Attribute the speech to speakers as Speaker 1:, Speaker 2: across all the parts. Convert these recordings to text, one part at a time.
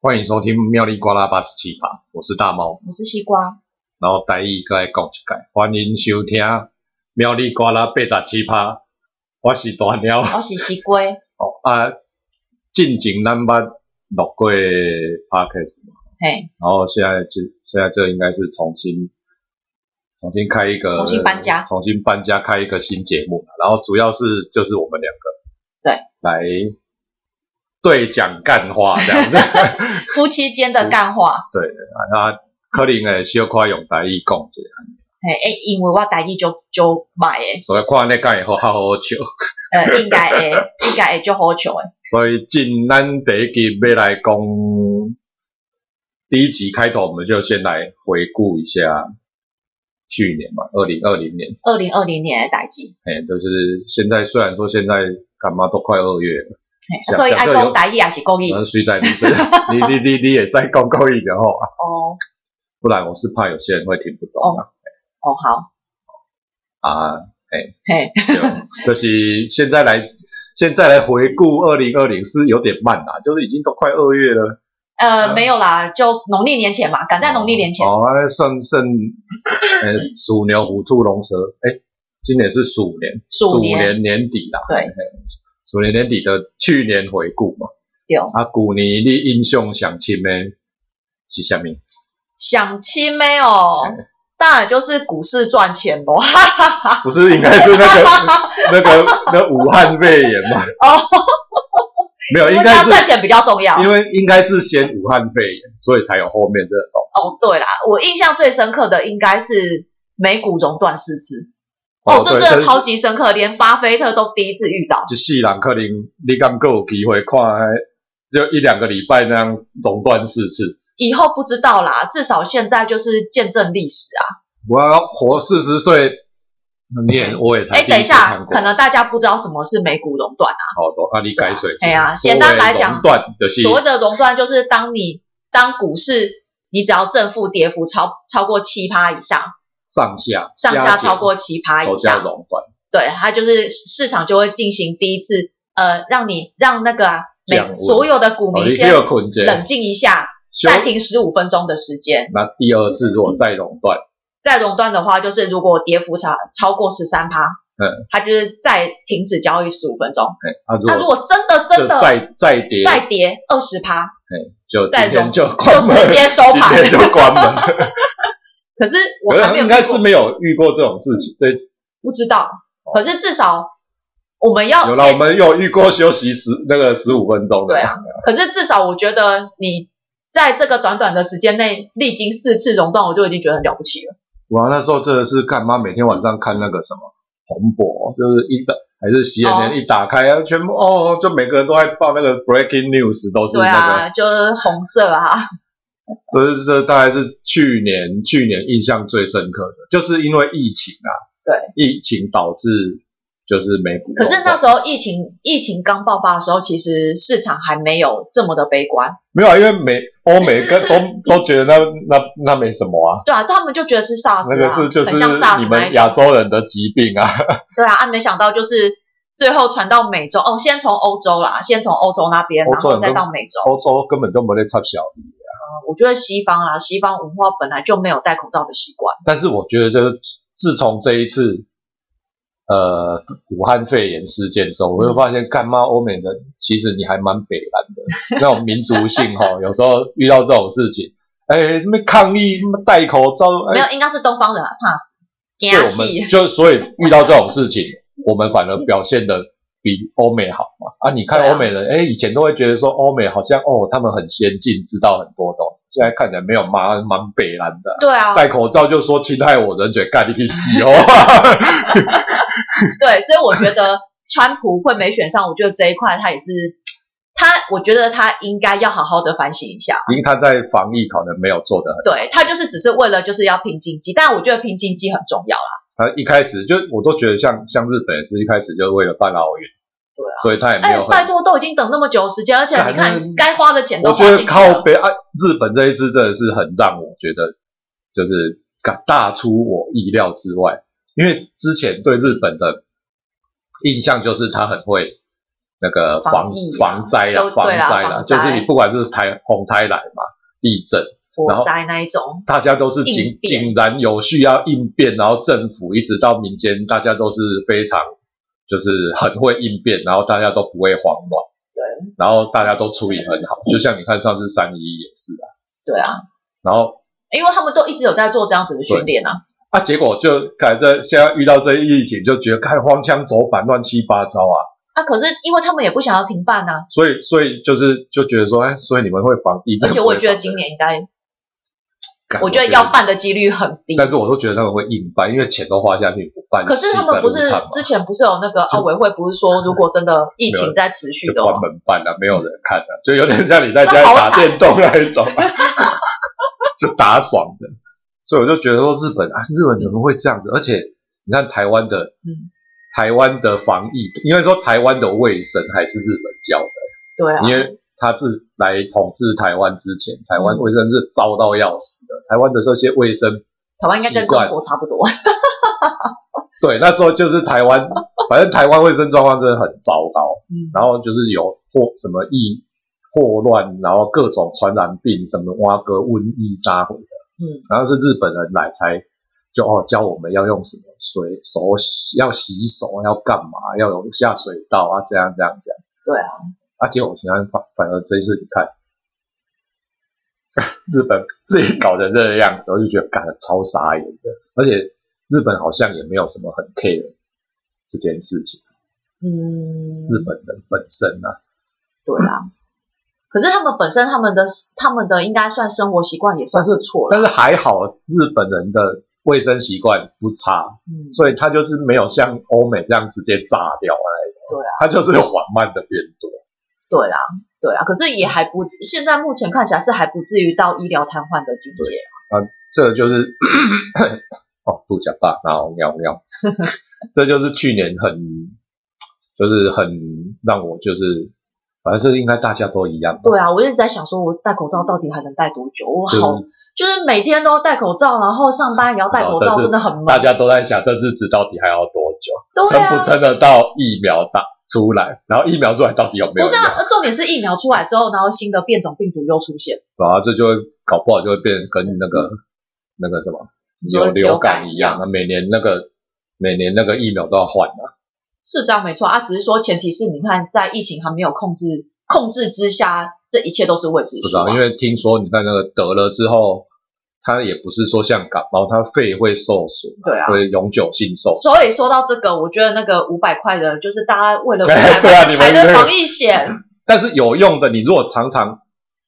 Speaker 1: 欢迎收听《妙丽呱啦八十七趴》，我是大猫，
Speaker 2: 我是西瓜。
Speaker 1: 然后台语再来讲一解，欢迎收听《妙丽呱啦八十七趴》，我是大鸟。
Speaker 2: 我是西瓜，
Speaker 1: 哦啊，进前咱捌录过 podcast 嘛，
Speaker 2: 嘿，
Speaker 1: 然后现在这现在这应该是重新重新开一个
Speaker 2: 重新搬家
Speaker 1: 重新搬家开一个新节目，然后主要是就是我们两个
Speaker 2: 对
Speaker 1: 来对讲干话这样子，
Speaker 2: 夫妻间的干话，
Speaker 1: 对啊，可能会小可用台语讲一下，
Speaker 2: 嘿，诶，因为我台语就就歹诶，
Speaker 1: 所以看你讲会好较好笑。
Speaker 2: 呃，应该会，应该会就好笑诶。
Speaker 1: 所以进咱第一集要来讲，第一集开头我们就先来回顾一下去年嘛，二零二零年，
Speaker 2: 二零二零年的代志，
Speaker 1: 哎、就是现在虽然说现在干嘛都快二月了，
Speaker 2: 嘿
Speaker 1: 是啊
Speaker 2: 所以
Speaker 1: 假
Speaker 2: 爱
Speaker 1: 设有
Speaker 2: 讲台语也是讲语
Speaker 1: 那虽在你是 你你你你也在公告一点吼，啊
Speaker 2: 哦
Speaker 1: 不然我是怕有些人会听不懂啊。
Speaker 2: 哦好，
Speaker 1: 啊，
Speaker 2: 嘿，
Speaker 1: 就就是现在来现在来回顾二零二零是有点慢啦，就是已经都快二月了。
Speaker 2: 呃，
Speaker 1: 嗯
Speaker 2: 没有啦，就农历年前嘛，赶在农历年前，
Speaker 1: 哦，那算 算，呃，鼠牛、虎、兔、龙、蛇，哎，今年是鼠年，
Speaker 2: 鼠年
Speaker 1: 年年底啦。
Speaker 2: 对
Speaker 1: 嘿，嘿鼠年年底的去年回顾嘛。
Speaker 2: 对，
Speaker 1: 啊，旧年你印象上深的是啥物？
Speaker 2: 想亲没有？当然就是股市赚钱咯。啊
Speaker 1: 不是应该是那个那个那武汉肺炎吗？
Speaker 2: 哦，
Speaker 1: 没有，
Speaker 2: 因
Speaker 1: 应
Speaker 2: 为
Speaker 1: 该
Speaker 2: 要
Speaker 1: 是
Speaker 2: 赚钱比较重要。
Speaker 1: 因为应该是先武汉肺炎，所以才有后面这种。
Speaker 2: 哦，对啦，我印象最深刻的应该是美股熔断四次。哦，这
Speaker 1: 对
Speaker 2: 真
Speaker 1: 但
Speaker 2: 的
Speaker 1: 是
Speaker 2: 超级深刻，连巴菲特都第一次遇到。
Speaker 1: 一世人可能你敢够有机会看那，就一两个礼拜那样熔断四次。
Speaker 2: 以后不知道啦，至少现在就是见证历史啊。
Speaker 1: 我要活四十岁，你也我也才
Speaker 2: 哎，
Speaker 1: 第
Speaker 2: 等一
Speaker 1: 次
Speaker 2: 下，
Speaker 1: 看过
Speaker 2: 可能大家不知道什么是美股熔断啊。
Speaker 1: 好多啊，你改水。
Speaker 2: 哎呀
Speaker 1: 所谓
Speaker 2: 简单来讲
Speaker 1: 熔断就是
Speaker 2: 所谓的熔断，就是当你当股市你只要正负跌幅超超过七趴以上，
Speaker 1: 上下
Speaker 2: 上下超过七
Speaker 1: 加
Speaker 2: 趴
Speaker 1: 减都
Speaker 2: 以
Speaker 1: 叫
Speaker 2: 上，
Speaker 1: 熔断，
Speaker 2: 对，它就是市场就会进行第一次呃，让你让那个啊，
Speaker 1: 降
Speaker 2: 每
Speaker 1: 温
Speaker 2: 所有的股
Speaker 1: 哦，
Speaker 2: 民
Speaker 1: 你
Speaker 2: 先
Speaker 1: 又困觉。
Speaker 2: 冷静一下，
Speaker 1: 休
Speaker 2: 暂停十五分钟的时间。
Speaker 1: 那第二次如果再熔断，哎
Speaker 2: 再熔断的话，就是如果跌幅超超过十三趴，
Speaker 1: 嗯，
Speaker 2: 它就是再停止交易十五分钟。
Speaker 1: 哎，啊
Speaker 2: 那如
Speaker 1: 如果
Speaker 2: 果真的真
Speaker 1: 就
Speaker 2: 的
Speaker 1: 再再跌，
Speaker 2: 再跌二十趴，
Speaker 1: 哎，就今
Speaker 2: 再
Speaker 1: 天
Speaker 2: 熔
Speaker 1: 就
Speaker 2: 就
Speaker 1: 关门，
Speaker 2: 直接收
Speaker 1: 今
Speaker 2: 盘
Speaker 1: 天。就关门。
Speaker 2: 可是我
Speaker 1: 可
Speaker 2: 还
Speaker 1: 是
Speaker 2: 没有
Speaker 1: 应
Speaker 2: 遇
Speaker 1: 该是
Speaker 2: 过，
Speaker 1: 没有遇过这种事情，这
Speaker 2: 不知道。可是至少我们要
Speaker 1: 有了我们有遇过休息十那个十五分钟的，
Speaker 2: 哦哎对啊，可是至少我觉得你在这个短短的时间内历经四次熔断，我就已经觉得很了不起了。
Speaker 1: 我那时候真的是干妈每天晚上看那个什么红博，就是一打还是 CNN
Speaker 2: 哦
Speaker 1: 一打开啊，全部哦，就每个人都在报那个 breaking news，都是
Speaker 2: 对
Speaker 1: 那个，
Speaker 2: 啊，就是红色啊，
Speaker 1: 就是这大概是去年去年印象最深刻的，就是因为疫情啊，
Speaker 2: 对，
Speaker 1: 疫情导致就是美股，
Speaker 2: 可是那时候疫情疫情刚爆发的时候，其实市场还没有这么的悲观，
Speaker 1: 没有啊，因为美欧美跟都都觉得那那那没什么啊。
Speaker 2: 对啊，他们就觉得是 SARS，、
Speaker 1: 那
Speaker 2: 啊、
Speaker 1: 个是就是
Speaker 2: 很像 SARS
Speaker 1: 你
Speaker 2: 那
Speaker 1: 们
Speaker 2: 一种
Speaker 1: 亚洲人的疾病啊，
Speaker 2: 对啊，啊，没想到就是最后传到美洲，哦，先从欧洲啦，先从欧洲那边，
Speaker 1: 欧
Speaker 2: 然
Speaker 1: 洲人
Speaker 2: 后
Speaker 1: 都
Speaker 2: 再到美洲。啊
Speaker 1: 欧洲根本就没得插小。
Speaker 2: 我觉得西方啦，西方文化本来就没有戴口罩的习惯，
Speaker 1: 但是我觉得就是自从这一次呃武汉肺炎事件之后，我会发现干妈欧美人其实你还蛮北 蓝的，那种民族性哈，有时候遇到这种事情，哎，什么抗议，什么戴口罩，
Speaker 2: 没
Speaker 1: 哎，
Speaker 2: 有，应该是东方人啊，怕死，
Speaker 1: 对
Speaker 2: 惊
Speaker 1: 我们
Speaker 2: 死。
Speaker 1: 就所以遇到这种事情，我们反而表现的。比欧美好嘛？啊，你看
Speaker 2: 对啊
Speaker 1: 欧美人，哎、以前都会觉得说欧美好像哦，他们很先进，知道很多东西。现在看起来没有，蛮蛮北蓝的啊、
Speaker 2: 对啊，
Speaker 1: 戴口罩就说侵害我人权，干你屁事 哦！
Speaker 2: 对，所以我觉得川普会没选上，我觉得这一块他也是，他我觉得他应该要好好的反省一下。
Speaker 1: 因为他在防疫可能没有做得很，
Speaker 2: 对他就是只是为了就是要拼经济，但我觉得拼经济很重要啦。
Speaker 1: 他一开始就我都觉得像像日本也是一开始就是为了办奥运，
Speaker 2: 对啊，
Speaker 1: 所以他也没
Speaker 2: 哎
Speaker 1: 有，
Speaker 2: 拜
Speaker 1: 很。
Speaker 2: 托，都已经等那么久的时间，而且你
Speaker 1: 感
Speaker 2: 看
Speaker 1: 恩
Speaker 2: 该花的钱都
Speaker 1: 我
Speaker 2: 花
Speaker 1: 觉得
Speaker 2: 进去
Speaker 1: 靠
Speaker 2: 了。
Speaker 1: 北啊，日本这一次真的是很让我觉得就是感大出我意料之外，因为之前对日本的印象就是他很会那个
Speaker 2: 防
Speaker 1: 防
Speaker 2: 疫啊
Speaker 1: 防灾
Speaker 2: 都
Speaker 1: 啦、防
Speaker 2: 对啦
Speaker 1: 灾啦
Speaker 2: 防，
Speaker 1: 就是
Speaker 2: 灾
Speaker 1: 你不管是台洪台来嘛、地震，然
Speaker 2: 火
Speaker 1: 后
Speaker 2: 灾那一种，
Speaker 1: 大家都是井
Speaker 2: 应变
Speaker 1: 井然有序要应变，然后政府一直到民间，大家都是非常就是很会应变，然后大家都不会慌乱，
Speaker 2: 对
Speaker 1: 然后大家都处理很好。就像你看上次三一一也是啊，
Speaker 2: 对啊，
Speaker 1: 然后
Speaker 2: 因为他们都一直有在做这样子的训练啊，
Speaker 1: 啊，结果就感这现在遇到这一疫情，就觉得看荒腔走板、乱七八糟啊。
Speaker 2: 啊，可是因为他们也不想要停办啊，
Speaker 1: 所以，所以就是就觉得说，哎，所以你们会防地震，
Speaker 2: 而且我也觉得
Speaker 1: 不会
Speaker 2: 今年应该，
Speaker 1: 防
Speaker 2: 我觉得要，办的几率很低。
Speaker 1: 但是我都觉得他们会硬办，因为钱都花下去不办，
Speaker 2: 可是他
Speaker 1: 戏办
Speaker 2: 们不是
Speaker 1: 无常嘛
Speaker 2: 之前不是有那个奥委会不是说，如果真的疫
Speaker 1: 没
Speaker 2: 情
Speaker 1: 有
Speaker 2: 在持续
Speaker 1: 就
Speaker 2: 的
Speaker 1: 关
Speaker 2: 话，
Speaker 1: 门办了、啊没有人看了、就有点像你在家里
Speaker 2: 这好
Speaker 1: 打
Speaker 2: 惨
Speaker 1: 电动那一种、啊 就打爽的。所以我就觉得说，日本啊，日本怎么会这样子？而且你看台湾的，
Speaker 2: 嗯
Speaker 1: 台湾的防疫，因为说台湾的卫生还是日本教的。
Speaker 2: 对啊，嗯
Speaker 1: 因为他自来统治台湾之前，台湾卫生是糟到要死的。台湾的这些卫生，
Speaker 2: 台湾应该跟
Speaker 1: 习惯
Speaker 2: 中国差不多，
Speaker 1: 对，那时候就是台湾，反正台湾卫生状况真的很糟糕。
Speaker 2: 嗯，
Speaker 1: 然后就是有霍什么疫霍乱，然后各种传染病，什么蛙哥瘟疫杀回的。
Speaker 2: 嗯，
Speaker 1: 然后是日本人来才就哦教我们要用什么水手洗要洗手，要干嘛，要有下水道啊，这样这样这样。
Speaker 2: 对啊，
Speaker 1: 啊，结果平安反反而这一次你看， 日本自己搞成这个样子，我就觉得干得超傻眼的。而且日本好像也没有什么很 care 这件事情，
Speaker 2: 嗯，
Speaker 1: 日本人本身啊，
Speaker 2: 对啊。可是他们本身他们的他们的应该算生活习惯也算不错了，
Speaker 1: 但是还好日本人的卫生习惯不差，
Speaker 2: 嗯，
Speaker 1: 所以他就是没有像欧美这样直接炸掉啊，
Speaker 2: 对啊，
Speaker 1: 他就是缓慢的变多。
Speaker 2: 对啦，对啊。可是也还不，现在目前看起来是还不至于到医疗瘫痪的境界。
Speaker 1: 这就是 哦，不讲话，然后尿 尿，这就是去年很，就是很让我就是，反正这应该大家都一样吧，
Speaker 2: 对啊，我一直在想说，我戴口罩到底还能戴多久？我
Speaker 1: 就是
Speaker 2: 好，就是每天都戴口罩，然后上班也要戴口罩，
Speaker 1: 这
Speaker 2: 真的很闷。
Speaker 1: 大家都在想这日子到底还要多久，
Speaker 2: 对
Speaker 1: 撑
Speaker 2: 啊
Speaker 1: 不，撑得到疫苗打出来，然后疫苗出来到底有没有用
Speaker 2: 不是？啊，重点是疫苗出来之后，然后新的变种病毒又出现，
Speaker 1: 然啊后这就会搞不好就会变成跟那个那个什么
Speaker 2: 说
Speaker 1: 有流感
Speaker 2: 流感
Speaker 1: 一样，那每年那个每年那个疫苗都要换啊，
Speaker 2: 是这样没错啊。只是说前提是你看，在疫情还没有控制控制之下，这一切都是未知
Speaker 1: 不知
Speaker 2: 数啊、
Speaker 1: 道，因为听说你看那个得了之后，它也不是说像感冒，它肺会受损、
Speaker 2: 对啊
Speaker 1: 会永久性受损。
Speaker 2: 所以说到这个，我觉得那个五百块的，就是大家 为了
Speaker 1: 哎
Speaker 2: 500
Speaker 1: 对啊
Speaker 2: 块
Speaker 1: 你们
Speaker 2: 买
Speaker 1: 这
Speaker 2: 的
Speaker 1: 个
Speaker 2: 防疫险，
Speaker 1: 但是有用的，你如果常常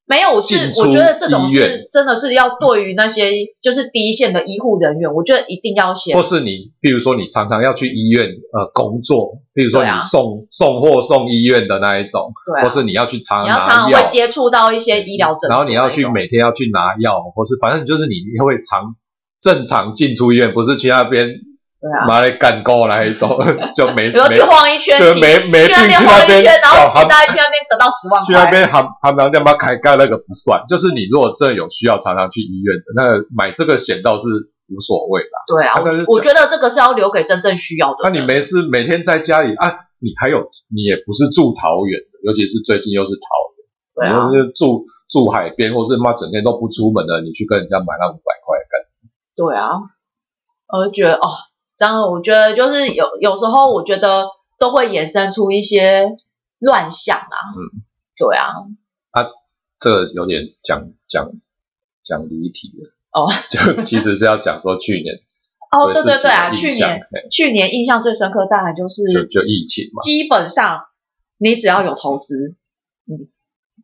Speaker 2: 没有，我是
Speaker 1: 进出
Speaker 2: 我觉得这种
Speaker 1: 医院
Speaker 2: 是真的是要对于那些就是第一线的医护人员，我觉得一定要写
Speaker 1: 或是你，比如说你常常要去医院呃工作，比如说
Speaker 2: 对
Speaker 1: 你
Speaker 2: 啊
Speaker 1: 送、送货送医院的那一种，
Speaker 2: 对啊
Speaker 1: 或是你要去常
Speaker 2: 你要常
Speaker 1: 拿
Speaker 2: 常
Speaker 1: 药嗯
Speaker 2: 会，接触到一些医疗诊所那种，
Speaker 1: 然后你要去每天要去拿药，或是反正就是你会常正常进出医院，不是去那边
Speaker 2: 对啊，
Speaker 1: 拿来干够那一种， 就没
Speaker 2: 比如说
Speaker 1: 没
Speaker 2: 去晃一圈，
Speaker 1: 就
Speaker 2: 骑
Speaker 1: 没没
Speaker 2: 去
Speaker 1: 病
Speaker 2: 那
Speaker 1: 去
Speaker 2: 边晃
Speaker 1: 那
Speaker 2: 一圈
Speaker 1: 边，
Speaker 2: 然后
Speaker 1: 搞
Speaker 2: 骑大家去那边得到十万
Speaker 1: 去那
Speaker 2: 块，
Speaker 1: 边含含糖量把开盖那个不算，就是你如果真的有需要，常常去医院的，那买这个险倒是无所谓啦。
Speaker 2: 对啊
Speaker 1: 啊但是，
Speaker 2: 我我觉得这个是要留给真正需要的
Speaker 1: 那
Speaker 2: 人。
Speaker 1: 你没事每天在家里啊，你还有你也不是住桃园的，尤其是最近又是桃
Speaker 2: 对
Speaker 1: 园，
Speaker 2: 啊，
Speaker 1: 你就是住住海边，或是妈整天都不出门的，你去跟人家买那五百块干什
Speaker 2: 对啊，我就觉得哦，这样我觉得就是有有时候我觉得都会衍生出一些乱象啊，
Speaker 1: 嗯，
Speaker 2: 对啊，
Speaker 1: 么这个有点讲讲讲离题了。
Speaker 2: 哦，
Speaker 1: 就其实是要讲说去年
Speaker 2: 哦，对对
Speaker 1: 自己
Speaker 2: 对
Speaker 1: 的
Speaker 2: 啊，
Speaker 1: 印
Speaker 2: 去
Speaker 1: 象
Speaker 2: 年
Speaker 1: 嘿
Speaker 2: 去年印象最深刻，当然就是
Speaker 1: 就就疫情嘛，
Speaker 2: 基本上你只要有投资，你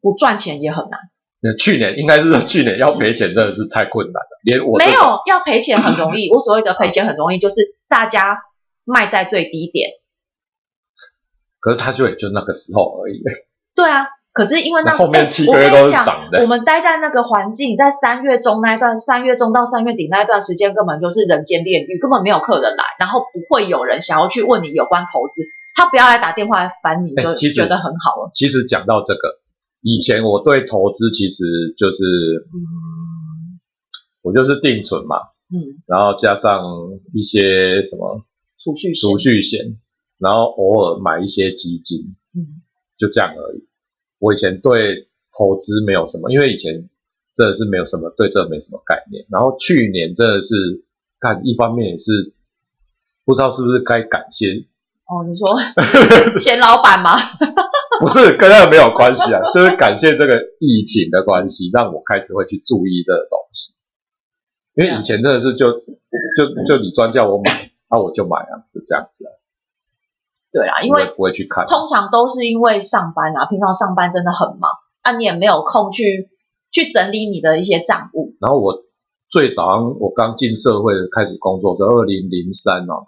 Speaker 2: 不赚钱也很难。
Speaker 1: 那去年应该是去年要赔钱真的是太困难了，连我这
Speaker 2: 没
Speaker 1: 种
Speaker 2: 有要赔钱很 容易，我所谓的赔钱很容易，就是大家卖在最低点。
Speaker 1: 可是他就也就那个时候而已。
Speaker 2: 对啊，可是因为那
Speaker 1: 那
Speaker 2: 时候
Speaker 1: 后面
Speaker 2: 哎
Speaker 1: 七
Speaker 2: 我
Speaker 1: 个月
Speaker 2: 跟
Speaker 1: 都
Speaker 2: 你
Speaker 1: 是
Speaker 2: 讲
Speaker 1: 涨的
Speaker 2: 我们待在那个环境，在三月中那一段，三月中到三月底那一段时间，根本就是人间炼狱，根本没有客人来，然后不会有人想要去问你有关投资，他不要来打电话来烦你，
Speaker 1: 哎
Speaker 2: 就
Speaker 1: 其实
Speaker 2: 觉得很好了。
Speaker 1: 其实讲到这个，以前我对投资其实就是，嗯，我就是定存嘛，
Speaker 2: 嗯，
Speaker 1: 然后加上一些什么
Speaker 2: 储蓄险
Speaker 1: 储蓄险，然后偶尔买一些基金，
Speaker 2: 嗯，
Speaker 1: 就这样而已。我以前对投资没有什么，因为以前真的是没有什么对这没什么概念。然后去年真的是看，一方面也是不知道是不是该感谢，
Speaker 2: 哦， 你说前老板吗？
Speaker 1: 不是跟那个没有关系啊，就是感谢这个疫情的关系，让我开始会去注意这个东西。因为以前真的是就就就你专叫我买，那、我就买啊，就这样子啊，
Speaker 2: 对啦，因
Speaker 1: 我也
Speaker 2: 为
Speaker 1: 不会去看。
Speaker 2: 通常都是因为上班啊，平常上班真的很忙，啊，你也没有空去去整理你的一些账务。
Speaker 1: 然后我最早我刚进社会开始工作，就二零零三哦，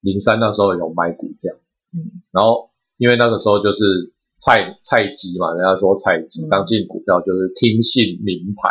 Speaker 1: 零三那时候有买股票，
Speaker 2: 嗯，
Speaker 1: 然后因为那个时候就是菜菜鸡嘛，人家说菜鸡，
Speaker 2: 嗯
Speaker 1: 刚进股票就是听信名牌，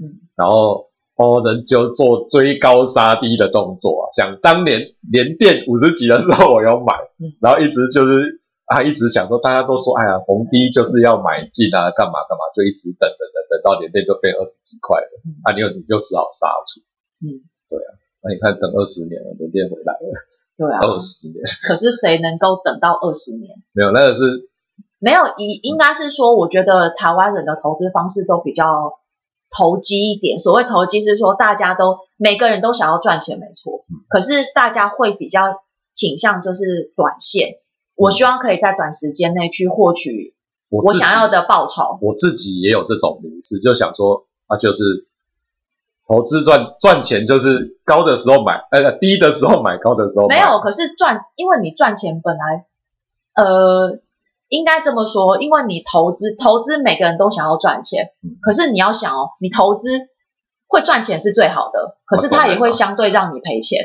Speaker 2: 嗯，
Speaker 1: 然后哦人就做追高杀低的动作啊，想当年连电五十几的时候我有买
Speaker 2: 嗯，
Speaker 1: 然后一直就是。啊，一直想说，大家都说，哎呀，逢低就是要买进啊，干嘛干嘛，就一直等等等等，到连电就变二十几块了。啊，你又你就只好杀出。
Speaker 2: 嗯，
Speaker 1: 对啊。那你看，等二十年了，缅甸回来了，
Speaker 2: 对啊。
Speaker 1: 二十年
Speaker 2: 可是谁能够等到二十年？
Speaker 1: 没有，那个是
Speaker 2: 没有，以应该是说，我觉得台湾人的投资方式都比较投机一点。所谓投机，是说大家都每个人都想要赚钱，没错。可是大家会比较倾向就是短线，我希望可以在短时间内去获取
Speaker 1: 我
Speaker 2: 我
Speaker 1: 自己
Speaker 2: 想要，的报酬。
Speaker 1: 我自己也有这种迷失，就想说啊，就是投资赚赚钱，就是高的时候买，呃，低的时候买，高的时候
Speaker 2: 没
Speaker 1: 卖
Speaker 2: 有，可是赚，因为你赚钱本来，呃，应该这么说，因为你投资，投资每个人都想要赚钱，
Speaker 1: 嗯
Speaker 2: 可是你要想哦，你投资会赚钱是最好的，可是
Speaker 1: 我懂
Speaker 2: 它也
Speaker 1: 我
Speaker 2: 会
Speaker 1: 懂
Speaker 2: 相对让你赔钱，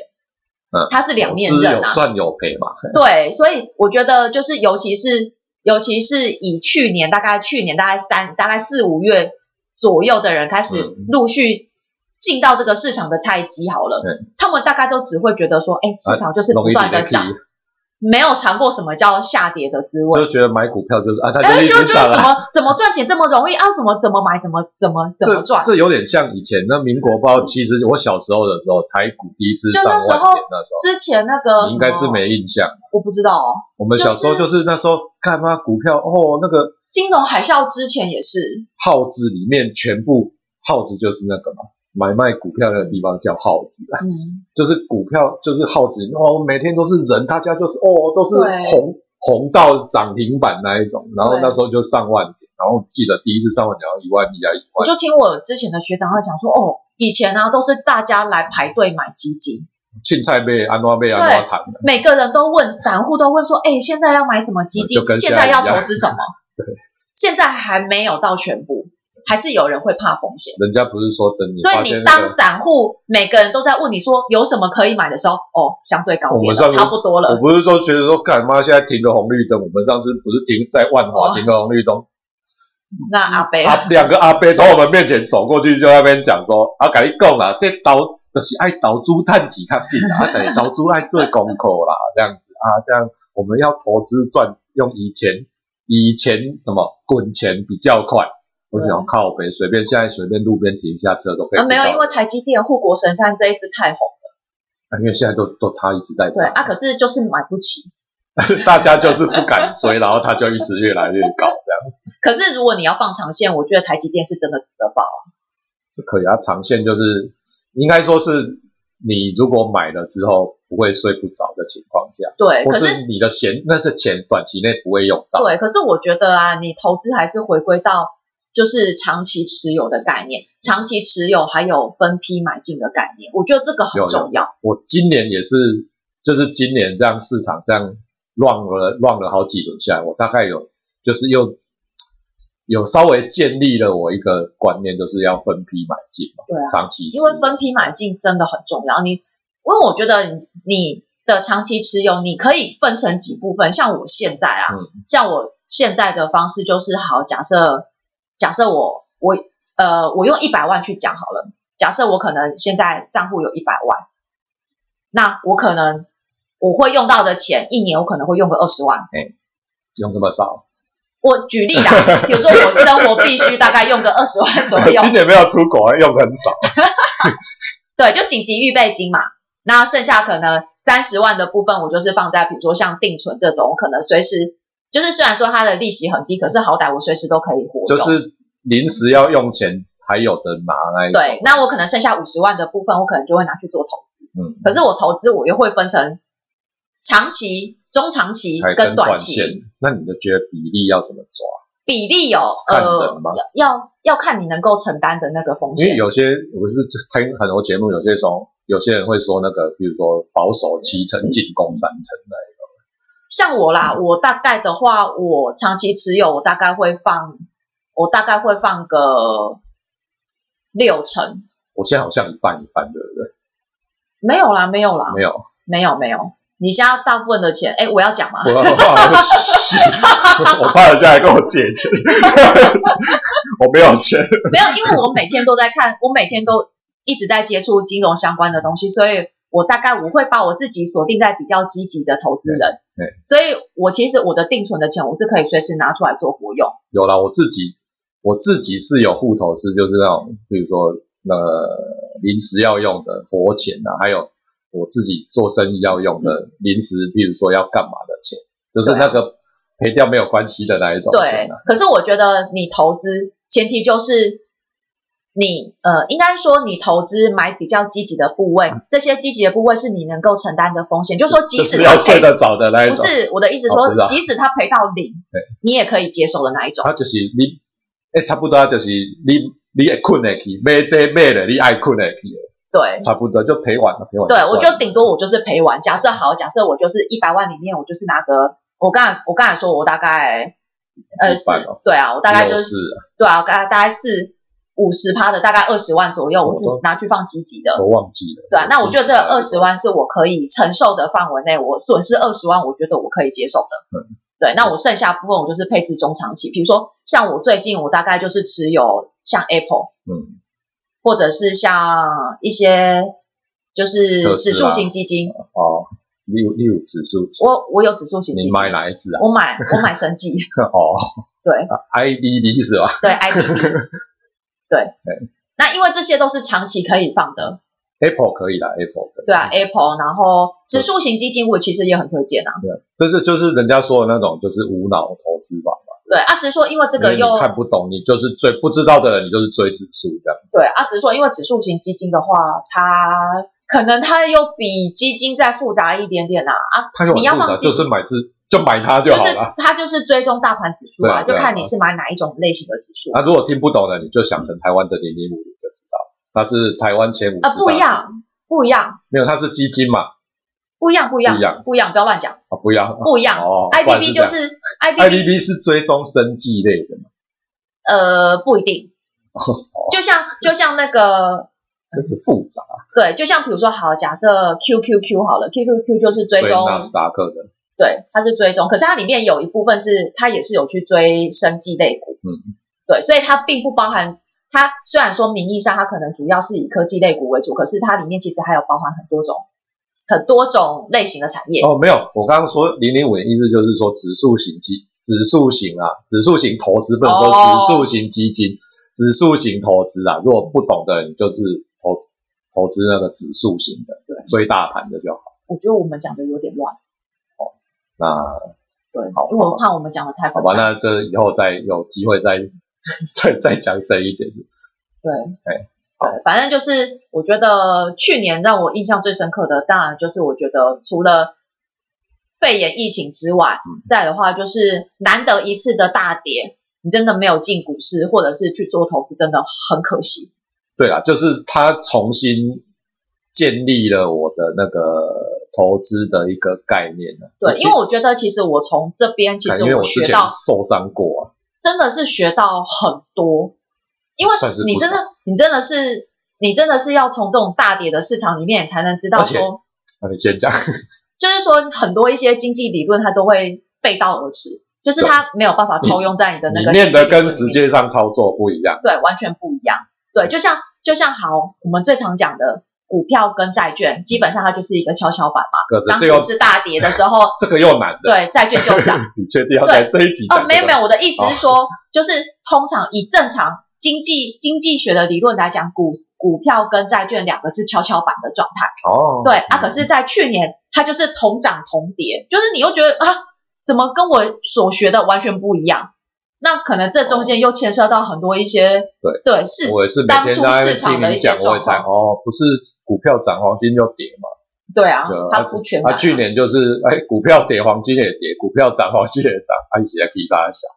Speaker 1: 嗯
Speaker 2: 它是两面
Speaker 1: 投资
Speaker 2: 刃
Speaker 1: 有
Speaker 2: 啊，
Speaker 1: 赚有赔嘛，
Speaker 2: 对，所以我觉得就是尤其是尤其是以去年大概去年大概三大概四五月左右的人开始
Speaker 1: 嗯
Speaker 2: 陆续进到这个市场的菜鸡好了，
Speaker 1: 对
Speaker 2: 他们大概都只会觉得说，哎，市场就是
Speaker 1: 容
Speaker 2: 不
Speaker 1: 易
Speaker 2: 断的
Speaker 1: 被
Speaker 2: 涨，没有尝过什么叫下跌的滋味。
Speaker 1: 就觉得买股票就是啊，它
Speaker 2: 哎，
Speaker 1: 就一
Speaker 2: 就就
Speaker 1: 直
Speaker 2: 是
Speaker 1: 涨
Speaker 2: 怎
Speaker 1: 啊。
Speaker 2: 么怎么赚钱这么容易啊？怎么怎么买，怎么怎么怎么
Speaker 1: 这
Speaker 2: 赚？
Speaker 1: 这有点像以前那民国包，其实我小时候的时候，台股第一次
Speaker 2: 就
Speaker 1: 上
Speaker 2: 那
Speaker 1: 万
Speaker 2: 时候
Speaker 1: 点那时
Speaker 2: 之前那个
Speaker 1: 候，你应该
Speaker 2: 什
Speaker 1: 是
Speaker 2: 么，
Speaker 1: 没印象。
Speaker 2: 我不知道哦。
Speaker 1: 我们小时候就是那时候看妈股票哦，那个
Speaker 2: 金融海啸之前也是，
Speaker 1: 耗子里面全部耗子就是那个嘛，买卖股票那个地方叫耗子，
Speaker 2: 嗯，
Speaker 1: 就是股票就是耗子里面哦，每天都是人，大家就是哦都是
Speaker 2: 对
Speaker 1: 红红到涨停板那一种，然后
Speaker 2: 对
Speaker 1: 那时候就上万点，然后记得第一次上万点要一万一啊一
Speaker 2: 我
Speaker 1: 万，
Speaker 2: 就听我之前的学长他讲说，哦，以前呢、啊、都是大家来排队买基金，
Speaker 1: 青菜被安诺被安诺谈的，
Speaker 2: 每个人都问，散户都问说，哎，现在要买什么基金
Speaker 1: 就跟？
Speaker 2: 现
Speaker 1: 现
Speaker 2: 在
Speaker 1: 在一
Speaker 2: 要
Speaker 1: 样
Speaker 2: 投资什 么？现在还没有到全部，还是有人会怕风险。
Speaker 1: 人家不是说等你
Speaker 2: 所
Speaker 1: 发
Speaker 2: 以你
Speaker 1: 现
Speaker 2: 当
Speaker 1: 那个。
Speaker 2: 散户每个人都在问你说有什么可以买的时候，哦，相对高
Speaker 1: 我
Speaker 2: 点
Speaker 1: 们
Speaker 2: 了，
Speaker 1: 上次
Speaker 2: 差不多
Speaker 1: 我
Speaker 2: 了。
Speaker 1: 不是说觉得说干妈现在停了红绿灯，我们上次不是停在万
Speaker 2: 哦
Speaker 1: 华停了红绿灯，
Speaker 2: 那阿贝，
Speaker 1: 阿啊两个阿伯从我们面前走过去，就在那边讲说：“啊，跟你讲啦，这投就是爱投资探几探病啦，啊， 等于投资爱做功课啦，这样子啊，这样我们要投资赚，用以前以前什么滚钱比较快。”我就想靠北，随便现在随便路边停一下车都可以
Speaker 2: 啊，
Speaker 1: 看到。
Speaker 2: 没有，因为台积电、护国神山这一支太红，
Speaker 1: 啊因为现在都都它一直在
Speaker 2: 对
Speaker 1: 涨，
Speaker 2: 啊，可是就是买不起。
Speaker 1: 大家就是不敢追，然后它就一直越来越高，这样
Speaker 2: 可是如果你要放长线，我觉得台积电是真的值得报。
Speaker 1: 是可以啊。长线就是应该说是你如果买了之后不会睡不着的情况下，
Speaker 2: 对，
Speaker 1: 或
Speaker 2: 哎可是
Speaker 1: 是你的钱，那这钱短期内不会用到。
Speaker 2: 对，可是我觉得啊，你投资还是回归到就是长期持有的概念，长期持有还有分批买进的概念，我觉得这个很
Speaker 1: 有
Speaker 2: 重要。
Speaker 1: 我今年也是，就是今年这样市场这样乱了乱了好几轮下来，我大概有就是又有稍微建立了我一个观念，就是要分批买进嘛，
Speaker 2: 对啊
Speaker 1: 长期持有
Speaker 2: 因为分批买进真的很重要。你，因为我觉得你你的长期持有，你可以分成几部分。像我现在啊，
Speaker 1: 嗯
Speaker 2: 像我现在的方式就是，好，假设假设我我呃，我用一百万去讲好了。假设我可能现在账户有一百万，那我可能我会用到的钱，一年我可能会用个二十万。
Speaker 1: 用这么少，
Speaker 2: 我举例啦，比如说我生活必须大概用个二十万左 右，
Speaker 1: 今年没有出国，用很少，
Speaker 2: 对，就紧急预备金嘛。那剩下可能三十万的部分，我就是放在比如说像定存这种，可能随时就是虽然说它的利息很低，可是好歹我随时都可以活用。
Speaker 1: 就是临时要用钱还有的拿那一种。
Speaker 2: 对，那我可能剩下五十万的部分，我可能就会拿去做投资。
Speaker 1: 嗯，
Speaker 2: 可是我投资我又会分成长期、中长期
Speaker 1: 还
Speaker 2: 跟短
Speaker 1: 短
Speaker 2: 期
Speaker 1: 线，那你就觉得比例要怎么抓？
Speaker 2: 比例有
Speaker 1: 看
Speaker 2: 呃
Speaker 1: 人吗
Speaker 2: 要要看你能够承担的那个风
Speaker 1: 因为
Speaker 2: 险。
Speaker 1: 有些我是听很多节目，有些从有些人会说那个，比如说保守七成，进攻三成的，
Speaker 2: 像我啦，我大概的话，我长期持有，我大概会放，我大概会放个六成。
Speaker 1: 我现在好像一半一半，对不对？
Speaker 2: 没有啦，没有啦，
Speaker 1: 没有，
Speaker 2: 没有没有。你现在大部分的钱，哎，我要讲吗？
Speaker 1: 我我怕我 怕人家来跟我借钱， 我没有钱。
Speaker 2: 没有，因为我每天都在看，我每天都一直在接触金融相关的东西，所以我大概我会把我自己锁定在比较积极的投资人
Speaker 1: 对对。
Speaker 2: 所以我其实我的定存的钱，我是可以随时拿出来做活用。
Speaker 1: 有啦，我自己我自己是有户头是就是那种，比如说那个临时要用的活钱啊，还有我自己做生意要用的临时，譬如说要干嘛的钱，就是
Speaker 2: 啊
Speaker 1: 那个赔掉没有关系的那一种
Speaker 2: 对
Speaker 1: 钱啊。，
Speaker 2: 可是我觉得你投资前提就是你呃，应该说你投资买比较积极的部位，这些积极的部位是你能够承担的风险，就是说即
Speaker 1: 嗯就
Speaker 2: 使
Speaker 1: 是
Speaker 2: 它
Speaker 1: 要
Speaker 2: 赔
Speaker 1: 睡得着的那一
Speaker 2: 不
Speaker 1: 种，
Speaker 2: 是我的意思
Speaker 1: 哦不是
Speaker 2: 说，
Speaker 1: 啊
Speaker 2: 即使它赔到零
Speaker 1: 对，
Speaker 2: 你也可以接受的那一种。
Speaker 1: 它就是你，哎，差不多啊就是你你会困得去，买这买了你爱困得去的，
Speaker 2: 对
Speaker 1: 差不多就赔完了，赔完
Speaker 2: 对，
Speaker 1: 算了
Speaker 2: 我就顶多我就是赔完。假设好，假设我就是一百万里面，我就是拿个我刚才我刚才说我大概呃
Speaker 1: 一半哦
Speaker 2: 对啊，我大概就
Speaker 1: 有
Speaker 2: 是
Speaker 1: 事啊
Speaker 2: 对啊，我大概大概是五十趴的，大概二十万左右，我
Speaker 1: 我
Speaker 2: 就拿去放积极的。
Speaker 1: 我忘记了。
Speaker 2: 对啊，那我觉得这二十
Speaker 1: 忘记了
Speaker 2: 万是我可以承受的范围内，我损失二十万，我觉得我可以接受的。
Speaker 1: 嗯
Speaker 2: 对，那我剩下部分我就是配置中长期，比如说像我最近我大概就是持有像 Apple，
Speaker 1: 嗯，
Speaker 2: 或者是像一些就是
Speaker 1: 特斯
Speaker 2: 指
Speaker 1: 拉
Speaker 2: 数型基金，
Speaker 1: 哦，六六指数，
Speaker 2: 我我有指数型基
Speaker 1: 你
Speaker 2: 金，
Speaker 1: 买哪一只啊？
Speaker 2: 我买我买生技，
Speaker 1: 哦。
Speaker 2: 对
Speaker 1: IBB 是吧？
Speaker 2: 对 IDB，对，
Speaker 1: 哎
Speaker 2: 那因为这些都是长期可以放的，
Speaker 1: Apple 可以啦，Apple 可以。嗯
Speaker 2: 对啊，Apple，然后指数型基金我其实也很推荐啊，
Speaker 1: 这是就是人家说的那种，就是无脑投资吧。
Speaker 2: 对啊，只是说因为这个
Speaker 1: 因
Speaker 2: 又
Speaker 1: 为你看不懂，你就是追不知道的人，你就是追指数这样。
Speaker 2: 对啊，只是说因为指数型基金的话，它可能它又比基金再复杂一点点啦啊，
Speaker 1: 它就很
Speaker 2: 你要
Speaker 1: 复杂，
Speaker 2: 放进
Speaker 1: 就是买只就买它就好
Speaker 2: 是
Speaker 1: 了。
Speaker 2: 它就是追踪大盘指数
Speaker 1: 对啊
Speaker 2: 就
Speaker 1: 对啊啊
Speaker 2: 看你是买哪一种类型的指数
Speaker 1: 那、如果听不懂的，你就想成台湾的零零五零就知道，它是台湾前五十大。
Speaker 2: 啊，不一样，不一样，
Speaker 1: 没有，它是基金嘛，
Speaker 2: 不一样，不一
Speaker 1: 不一样
Speaker 2: 样，不一样，不要乱讲，
Speaker 1: 啊不一样。
Speaker 2: 不一样。
Speaker 1: 哦
Speaker 2: IBB 就是 IBB，
Speaker 1: IBB 是追踪生计类的嘛？
Speaker 2: 呃，不一定，
Speaker 1: 哦，
Speaker 2: 就像就像那个。
Speaker 1: 真是复杂。
Speaker 2: 对，就像比如说，好，假设 QQQ 好了，QQQ 就是追
Speaker 1: 追
Speaker 2: 踪，
Speaker 1: 纳斯达克的，
Speaker 2: 对，它是追踪，可是它里面有一部分是它也是有去追生技类股，
Speaker 1: 嗯，
Speaker 2: 对，所以它并不包含它虽然说名义上它可能主要是以科技类股为主，可是它里面其实还有包含很多种很多种类型的产业，
Speaker 1: 哦，没有，我刚刚说零零五的意思就是说指数型基指数型啊，指数型投资不能说
Speaker 2: 哦
Speaker 1: 指数型基金，指数型投资啊，如果不懂的你就是投投资那个指数型的，
Speaker 2: 对
Speaker 1: 追大盘的就好。
Speaker 2: 我觉得我们讲的有点乱，
Speaker 1: 那
Speaker 2: 对，
Speaker 1: 好
Speaker 2: 因为我怕我们讲的太
Speaker 1: 好
Speaker 2: 混
Speaker 1: 吧，
Speaker 2: 乱，
Speaker 1: 那这以后再有机会再再再讲深一点。
Speaker 2: 对，
Speaker 1: 哎
Speaker 2: 对，反正就是我觉得去年让我印象最深刻的，当然就是我觉得除了肺炎疫情之外，
Speaker 1: 嗯
Speaker 2: 再的话就是难得一次的大跌，你真的没有进股市或者是去做投资，真的很可惜。
Speaker 1: 对啦，就是他重新建立了我的那个投资的一个概念了。
Speaker 2: 对，因为我觉得其实我从这边其
Speaker 1: 嗯
Speaker 2: 实
Speaker 1: 哎因为我之
Speaker 2: 学
Speaker 1: 前
Speaker 2: 到
Speaker 1: 受伤过啊，
Speaker 2: 真的是学到很多，因为
Speaker 1: 算是不
Speaker 2: 你真的你真的是你真的是要从这种大跌的市场里面，你才能知道
Speaker 1: 而且
Speaker 2: 说，
Speaker 1: 那你先讲。
Speaker 2: 就是说很多一些经济理论它都会背道而驰，就是它没有办法套用在你的那
Speaker 1: 里
Speaker 2: 个
Speaker 1: 面的跟
Speaker 2: 经
Speaker 1: 实
Speaker 2: 济理论里面啊
Speaker 1: 际上操作不一样。
Speaker 2: 对完全不一样。对，就像就像好，我们最常讲的股票跟债券，基本上它就是一个跷跷板嘛。
Speaker 1: 可是
Speaker 2: 当
Speaker 1: 这又
Speaker 2: 股市大跌的时候，
Speaker 1: 这个又难的。
Speaker 2: 对债券就 涨。
Speaker 1: 你确定要在这一集讲、
Speaker 2: 哦，没有没有，，我的意思是说，就是通常以正常经济经济学的理论来讲，股股票跟债券两个是跷跷板的状态。
Speaker 1: 哦，
Speaker 2: 对啊，可是，在去年它就是同涨同跌，就是你又觉得啊，怎么跟我所学的完全不一样？那可能这中间又牵涉到很多一些
Speaker 1: 对
Speaker 2: 对是
Speaker 1: 我也是每天在那边听你讲，我也才
Speaker 2: 当初市场的一些状
Speaker 1: 哦，不是股票涨，黄金就跌嘛。
Speaker 2: 对啊
Speaker 1: 对啊，
Speaker 2: 它不全
Speaker 1: 他
Speaker 2: 然。
Speaker 1: 去年就是哎，股票跌，黄金也跌；股票涨，黄金也涨。他一起在替大家想，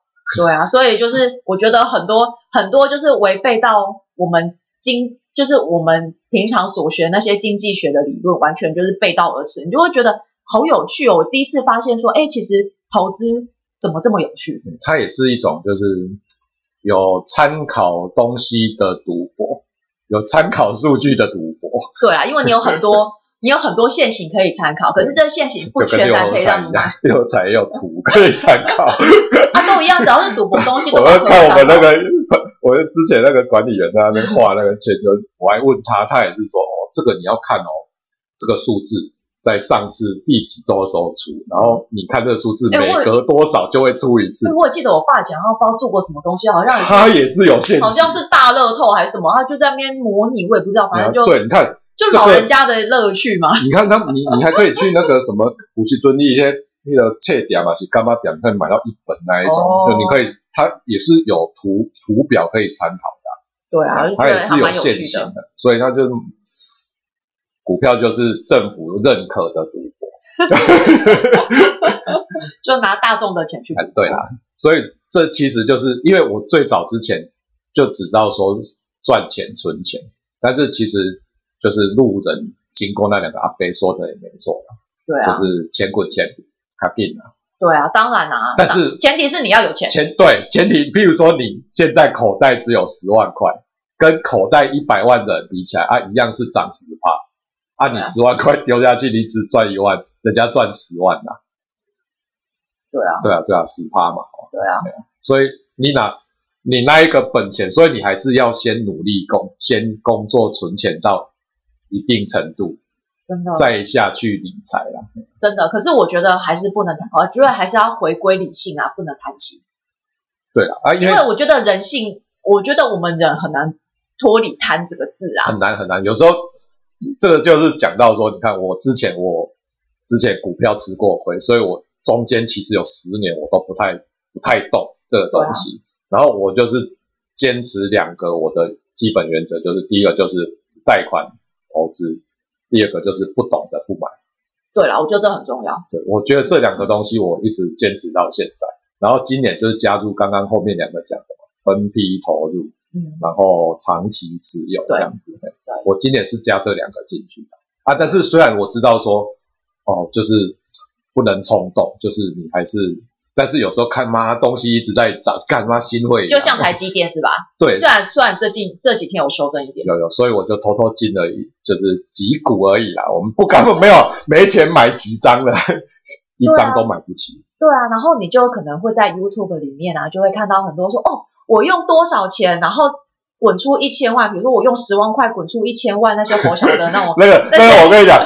Speaker 2: 对啊，所以就是我觉得很多很多就是违背到我们经，就是我们平常所学那些经济学的理论，完全就是背道而驰。你就会觉得好有趣哦！我第一次发现说，哎，其实投资怎么这么有趣？
Speaker 1: 嗯它也是一种就是嗯有参考东西的赌博，有参考数据的赌博，
Speaker 2: 对啊，因为你有很多 你有很多现行可以参考，可是这现行不
Speaker 1: 就跟
Speaker 2: 全然
Speaker 1: 六
Speaker 2: 可以
Speaker 1: 彩
Speaker 2: 让
Speaker 1: 一
Speaker 2: 你买
Speaker 1: 样，六彩也有图可以参考。
Speaker 2: 啊，都一样，只要是赌博 东西都
Speaker 1: 我
Speaker 2: 可 以
Speaker 1: 要
Speaker 2: 参
Speaker 1: 看我们那
Speaker 2: 考。
Speaker 1: 个，我之前那个管理员在那边画那个圈，就我还问他，他也是说，哦，这个你要看哦，这个数字在上次第几周的时候出，然后你看这个数字
Speaker 2: 哎
Speaker 1: 每
Speaker 2: 我
Speaker 1: 隔多少就会出一次
Speaker 2: 因为，我记得我爸讲要包做过什么东西，好像也是
Speaker 1: 他也是有限
Speaker 2: 好
Speaker 1: 制
Speaker 2: 像。是大乐透还是什么，他就在那边模拟，我也不知道，反正就
Speaker 1: 对，你看，
Speaker 2: 就
Speaker 1: 这
Speaker 2: 老
Speaker 1: 个
Speaker 2: 人家的乐趣嘛。
Speaker 1: 你看他，你你还可以去那个什么古奇尊利一些那个册点嘛，是干嘛点，可以买到一本那一种，
Speaker 2: 哦
Speaker 1: 就你可以，它也是有图图表可以参考。
Speaker 2: 对啊，我就觉
Speaker 1: 它也
Speaker 2: 得
Speaker 1: 是
Speaker 2: 还蛮有
Speaker 1: 现
Speaker 2: 趣
Speaker 1: 行
Speaker 2: 的。
Speaker 1: 的，所以它就是股票就是政府认可的赌博。
Speaker 2: 就拿大众的钱去赌
Speaker 1: 哎，对啦，所以这其实就是因为我最早之前就知道说赚钱存钱，但是其实就是路人经过那两个阿伯说的也没错啦，
Speaker 2: 对啊
Speaker 1: 就，是钱滚钱，卡进啊。
Speaker 2: 对啊，当然啊，
Speaker 1: 但是
Speaker 2: 前提是你要有钱。
Speaker 1: 前对前提，譬如说你现在口袋只有十万块，跟口袋一百万的人比起来啊，一样是涨十趴。啊，你
Speaker 2: 对啊
Speaker 1: 十万块丢下去，你只赚一万，人家赚十万呐、
Speaker 2: 对啊，
Speaker 1: 对啊，对啊，十趴嘛。哦
Speaker 2: 对啊，
Speaker 1: 所以你拿你那一个本钱，所以你还是要先努力工，先工作存钱到一定程度，
Speaker 2: 真的，
Speaker 1: 再下去理财啦。
Speaker 2: 真的。可是我觉得还是不能谈，我觉得还是要回归理性啊，不能贪心。
Speaker 1: 对啦，啊，因
Speaker 2: 因
Speaker 1: 为
Speaker 2: 为我觉得人性，我觉得我们人很难脱离贪这个字啊。
Speaker 1: 很难很难。有时候这个就是讲到说，你看我之前我之前股票吃过亏，所以我中间其实有十年我都不太不太动这个东西。然后我就是坚持两个我的基本原则，就是第一个就是贷款投资，第二个就是不懂的不买。
Speaker 2: 对啦，我觉得这很重要。
Speaker 1: 对，我觉得这两个东西我一直坚持到现在。然后今年就是加入刚刚后面两个讲的嘛分批投入，
Speaker 2: 嗯，
Speaker 1: 然后长期持有
Speaker 2: 对
Speaker 1: 这样子。嘿
Speaker 2: 对
Speaker 1: 我今年是加这两个进去的啊，但是虽然我知道说，哦，就是不能冲动，就是你还是，但是有时候看妈东西一直在涨，干妈心会
Speaker 2: 就
Speaker 1: 痒
Speaker 2: 像台积电是吧？
Speaker 1: 对
Speaker 2: 虽然虽然最近这几天有修正一点，
Speaker 1: 有有，所以我就偷偷进了一就是几股而已啦，我们不敢没有没钱买几张了， 一张都买不起。。
Speaker 2: 对啊，然后你就可能会在 YouTube 里面啊，就会看到很多说哦，我用多少钱，然后滚出一千万，比如说我用十万块滚出一千万，那些活小的那种
Speaker 1: 那个那个，我跟你讲，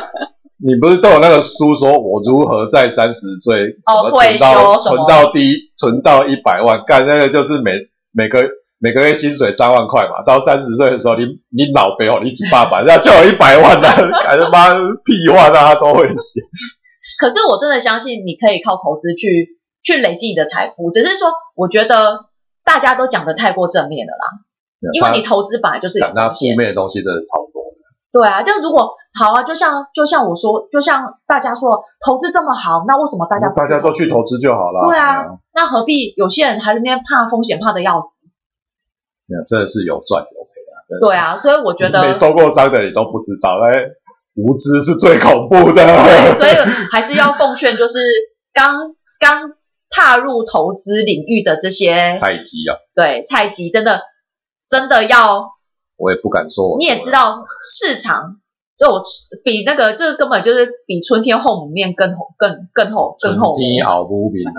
Speaker 1: 你不是都有那个书说我如何在三十岁什么
Speaker 2: 哦
Speaker 1: 存到
Speaker 2: 退休什么
Speaker 1: 存到第一存到一百万，干那个就是每每个每个月薪水三万块嘛，到三十岁的时候你你脑背哦，你几爸爸，那就有一百万了、感觉妈屁话大家都会写，
Speaker 2: 可是我真的相信你可以靠投资去去累积你的财富，只是说我觉得大家都讲的太过正面了啦，因为你投资本来就是有
Speaker 1: 讲那
Speaker 2: 风
Speaker 1: 负
Speaker 2: 险。
Speaker 1: 面的东西真的超多。
Speaker 2: 对啊，就如果好啊，就像就像我说，就像大家说投资这么好，那为什么大家不
Speaker 1: 大家都去投资就好了。哎
Speaker 2: 对啊，那何必有些人还在那边怕风险怕的要死？
Speaker 1: 对啊，真的是有赚有赔啊。真的
Speaker 2: 对啊，所以我觉得
Speaker 1: 没，受过伤的你都不知道，哎，无知是最恐怖的。
Speaker 2: 对，所以还是要奉劝，就是刚刚踏入投资领域的这些
Speaker 1: 菜鸡啊，
Speaker 2: 对菜鸡，真的真的要，
Speaker 1: 我也不敢说我。
Speaker 2: 你也知，道市场。就我比那个，这个根本就是比春天后母面更后更更后
Speaker 1: 纯
Speaker 2: 更后面。
Speaker 1: 听熬不平啊，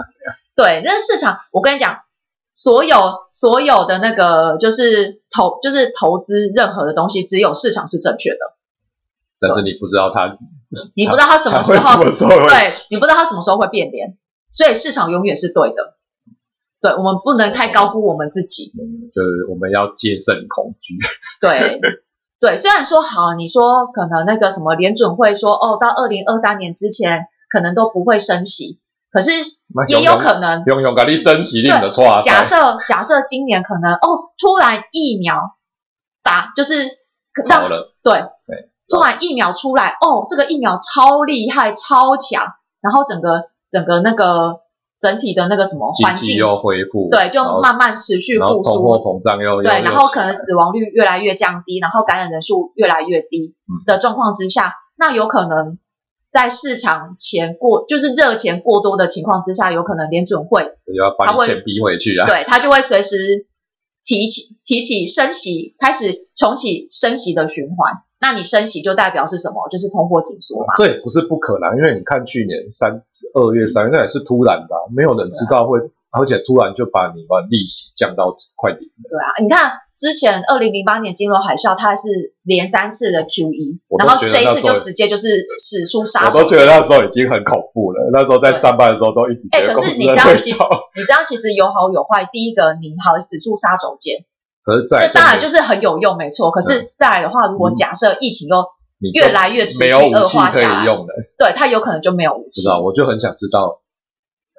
Speaker 2: 对，那市场，我跟你讲，所有所有的那个就是投就是投资任何的东西，只有市场是正确的，
Speaker 1: 但是你不知道他
Speaker 2: 你不知道它什
Speaker 1: 他
Speaker 2: 么
Speaker 1: 会
Speaker 2: 时
Speaker 1: 什
Speaker 2: 候，
Speaker 1: 么时候会。
Speaker 2: 对，你不知道它什么时候会变脸，所以市场永远是对的。对，我们不能太高估我们自己。
Speaker 1: 嗯就是我们要戒慎恐惧，
Speaker 2: 对，对，虽然说好，你说可能那个什么联准会说哦，到二零二三年之前可能都不会升息，可是也有可能。
Speaker 1: 用用，给你升息令的错啊。
Speaker 2: 假设假设今年可能哦，突然疫苗打就是
Speaker 1: 好
Speaker 2: 让
Speaker 1: 了，
Speaker 2: 对
Speaker 1: 对
Speaker 2: 突然疫苗出来哦，这个疫苗超厉害超强，然后整个整个那个整体的那个什么
Speaker 1: 经
Speaker 2: 环
Speaker 1: 济
Speaker 2: 境
Speaker 1: 又恢复，
Speaker 2: 对，就
Speaker 1: 然后
Speaker 2: 慢慢持续
Speaker 1: 然后
Speaker 2: 复
Speaker 1: 通货
Speaker 2: 苏。
Speaker 1: 膨胀又
Speaker 2: 对，
Speaker 1: 又
Speaker 2: 然
Speaker 1: 又
Speaker 2: 后
Speaker 1: 起
Speaker 2: 可能
Speaker 1: 来
Speaker 2: 死亡率越来越降低，然后感染人数越来越低
Speaker 1: 嗯
Speaker 2: 的状况之下，那有可能在市场钱过就是热钱过多的情况之下，有可能联准会
Speaker 1: 又要把
Speaker 2: 它
Speaker 1: 你
Speaker 2: 会
Speaker 1: 钱逼回去啊。
Speaker 2: 对它就会随时提起提起升息，开始重启升息的循环。那你升息就代表是什么？就是通货紧缩嘛。
Speaker 1: 这也不是不可能，因为你看去年三二月三月那也是突然的啊、没有人知道会，而且突然就把你把利息降到快零了。
Speaker 2: 对啊，你看之前二零零八年金融海啸，它是连三次的 QE，
Speaker 1: 我都
Speaker 2: 然后
Speaker 1: 觉得
Speaker 2: 这一
Speaker 1: 那
Speaker 2: 次
Speaker 1: 时候
Speaker 2: 就直接就是使出杀
Speaker 1: 我都
Speaker 2: 手
Speaker 1: 觉
Speaker 2: 锏
Speaker 1: 得。那时候已经很恐怖了，那时候在
Speaker 2: 对
Speaker 1: 上班的时候都一直觉
Speaker 2: 哎，
Speaker 1: 得
Speaker 2: 可
Speaker 1: 公
Speaker 2: 是
Speaker 1: 司
Speaker 2: 你
Speaker 1: 在
Speaker 2: 这样其
Speaker 1: 退
Speaker 2: 实
Speaker 1: 潮。
Speaker 2: 你这样其实有好有坏。第一个，你好使出杀手锏，
Speaker 1: 可是再
Speaker 2: 这
Speaker 1: 来
Speaker 2: 当然
Speaker 1: 没
Speaker 2: 就是很有用，没错。可是再来的话，如果
Speaker 1: 嗯
Speaker 2: 假设疫情又
Speaker 1: 你就
Speaker 2: 越来越持
Speaker 1: 没
Speaker 2: 续
Speaker 1: 有武
Speaker 2: 恶
Speaker 1: 器
Speaker 2: 化
Speaker 1: 可
Speaker 2: 下
Speaker 1: 以
Speaker 2: 来，
Speaker 1: 用了，
Speaker 2: 对它有可能就没有武
Speaker 1: 知
Speaker 2: 器。
Speaker 1: 道？我就很想知道。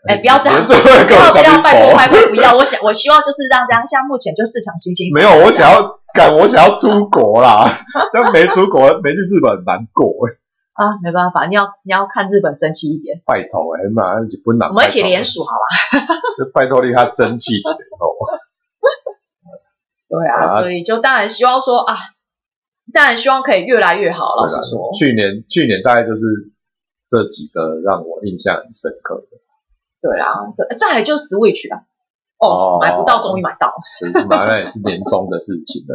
Speaker 2: 哎不要这样
Speaker 1: 这会
Speaker 2: 不
Speaker 1: 跟我
Speaker 2: 要不
Speaker 1: 上
Speaker 2: 要，
Speaker 1: 面啊
Speaker 2: 拜托
Speaker 1: 搏
Speaker 2: 拜托不要！我想我希望就是让这样，像目前就市场新兴市
Speaker 1: 没
Speaker 2: 场
Speaker 1: 有，我
Speaker 2: 这
Speaker 1: 想
Speaker 2: 样
Speaker 1: 要赶，我想要出国啦，这样没出国，没去日本很难过。欸
Speaker 2: 啊，没办法，你要你要看日本争气一点，
Speaker 1: 拜托，哎妈，日本人
Speaker 2: 我们一起
Speaker 1: 拜托欸
Speaker 2: 联署好吧？
Speaker 1: 就拜托你，他争气一点哦。
Speaker 2: 对啊，
Speaker 1: 啊
Speaker 2: 所以就当然希望说啊，当然希望可以越来越好。老实
Speaker 1: 对啦
Speaker 2: 说，
Speaker 1: 去年去年大概就是这几个让我印象很深刻的，
Speaker 2: 对啊，对，再来就 Switch 吧。哦
Speaker 1: 哦，
Speaker 2: 买不到终于买到了，
Speaker 1: 就是马上也是年终的事情了。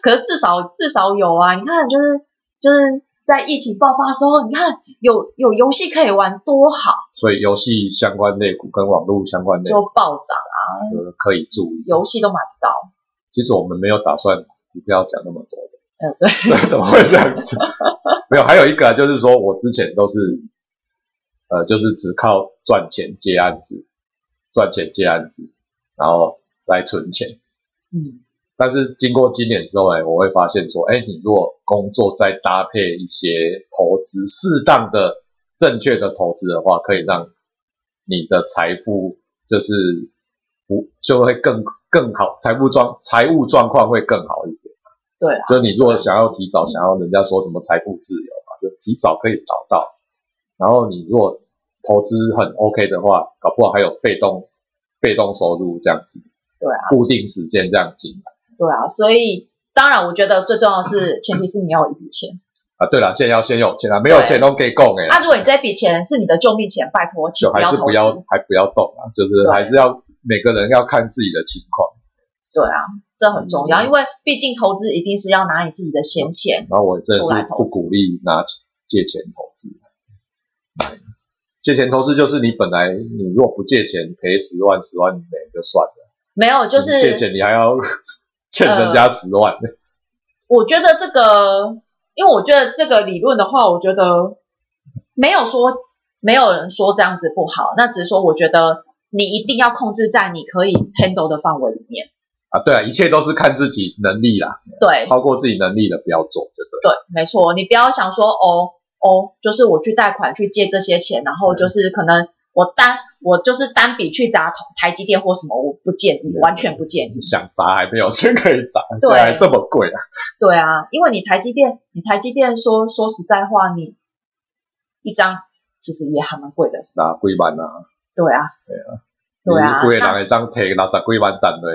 Speaker 2: 可是至少至少有啊！你看，就是就是在疫情爆发的时候，你看有有游戏可以玩，多好，
Speaker 1: 所以游戏相关类股跟网络相关类
Speaker 2: 就
Speaker 1: 股
Speaker 2: 暴涨，
Speaker 1: 就可以注意。
Speaker 2: 游戏都买不到。
Speaker 1: 其实我们没有打算股票讲那么多，
Speaker 2: 呃，对，
Speaker 1: 对，怎么会这样子？ 没有，还有一个啊就是说我之前都是呃，就是只靠赚钱接案子，赚钱接案子，然后来存钱。
Speaker 2: 嗯。
Speaker 1: 但是经过今年之后呢，我会发现说，哎，你如果工作再搭配一些投资，适当的、正确的投资的话，可以让你的财富就是不就会更更好，财务状财务状况会更好一点。
Speaker 2: 对啊，
Speaker 1: 就是你如果想要提早，想要人家说什么财富自由嘛，就提早可以找到。然后你如果投资很 OK 的话，搞不好还有被动被动收入这样子，
Speaker 2: 对啊，
Speaker 1: 固定时间这样进来。
Speaker 2: 对啊，所以当然，我觉得最重要的是，前提是你要有一笔钱。
Speaker 1: 啊，对了，现在要先有钱啊，没有钱都给供哎，
Speaker 2: 啊，如果你这笔钱是你的救命钱，拜托，请
Speaker 1: 就还是
Speaker 2: 投
Speaker 1: 不
Speaker 2: 资。
Speaker 1: 要还不要动啊，就是
Speaker 2: 对
Speaker 1: 还是要每个人要看自己的情况。
Speaker 2: 对啊，这很重要，
Speaker 1: 嗯
Speaker 2: 因为毕竟投资一定是要拿你自己的闲钱。
Speaker 1: 然后我真的
Speaker 2: 出来
Speaker 1: 是
Speaker 2: 投
Speaker 1: 不
Speaker 2: 资
Speaker 1: 鼓励拿钱借钱投资，借钱投资就是你本来你若不借钱赔十万十万美就算了，
Speaker 2: 没有，就
Speaker 1: 你嗯借
Speaker 2: 是呃
Speaker 1: 钱你还要 欠人家十万，
Speaker 2: 我觉得这个，因为我觉得这个理论的话，我觉得没有说没有人说这样子不好，那只是说我觉得你一定要控制在你可以 handle 的范围里面。
Speaker 1: 啊，对啊，一切都是看自己能力啦，
Speaker 2: 对，
Speaker 1: 超过自己能力的不要做，对不对？
Speaker 2: 对，没错，你不要想说哦哦，就是我去贷款去借这些钱，然后就是可能我单我就是单笔去砸台积电或什么，我不建议，完全不建议
Speaker 1: 你。想砸还没有钱可以砸，现在还这么贵啊，
Speaker 2: 对啊，因为你台积电，你台积电说说实在话，你一张其实也还蛮贵的。
Speaker 1: 拿几万啊？
Speaker 2: 对啊，对啊，
Speaker 1: 你
Speaker 2: 对
Speaker 1: 几个
Speaker 2: 啊，
Speaker 1: 人会当摕六十几万单的，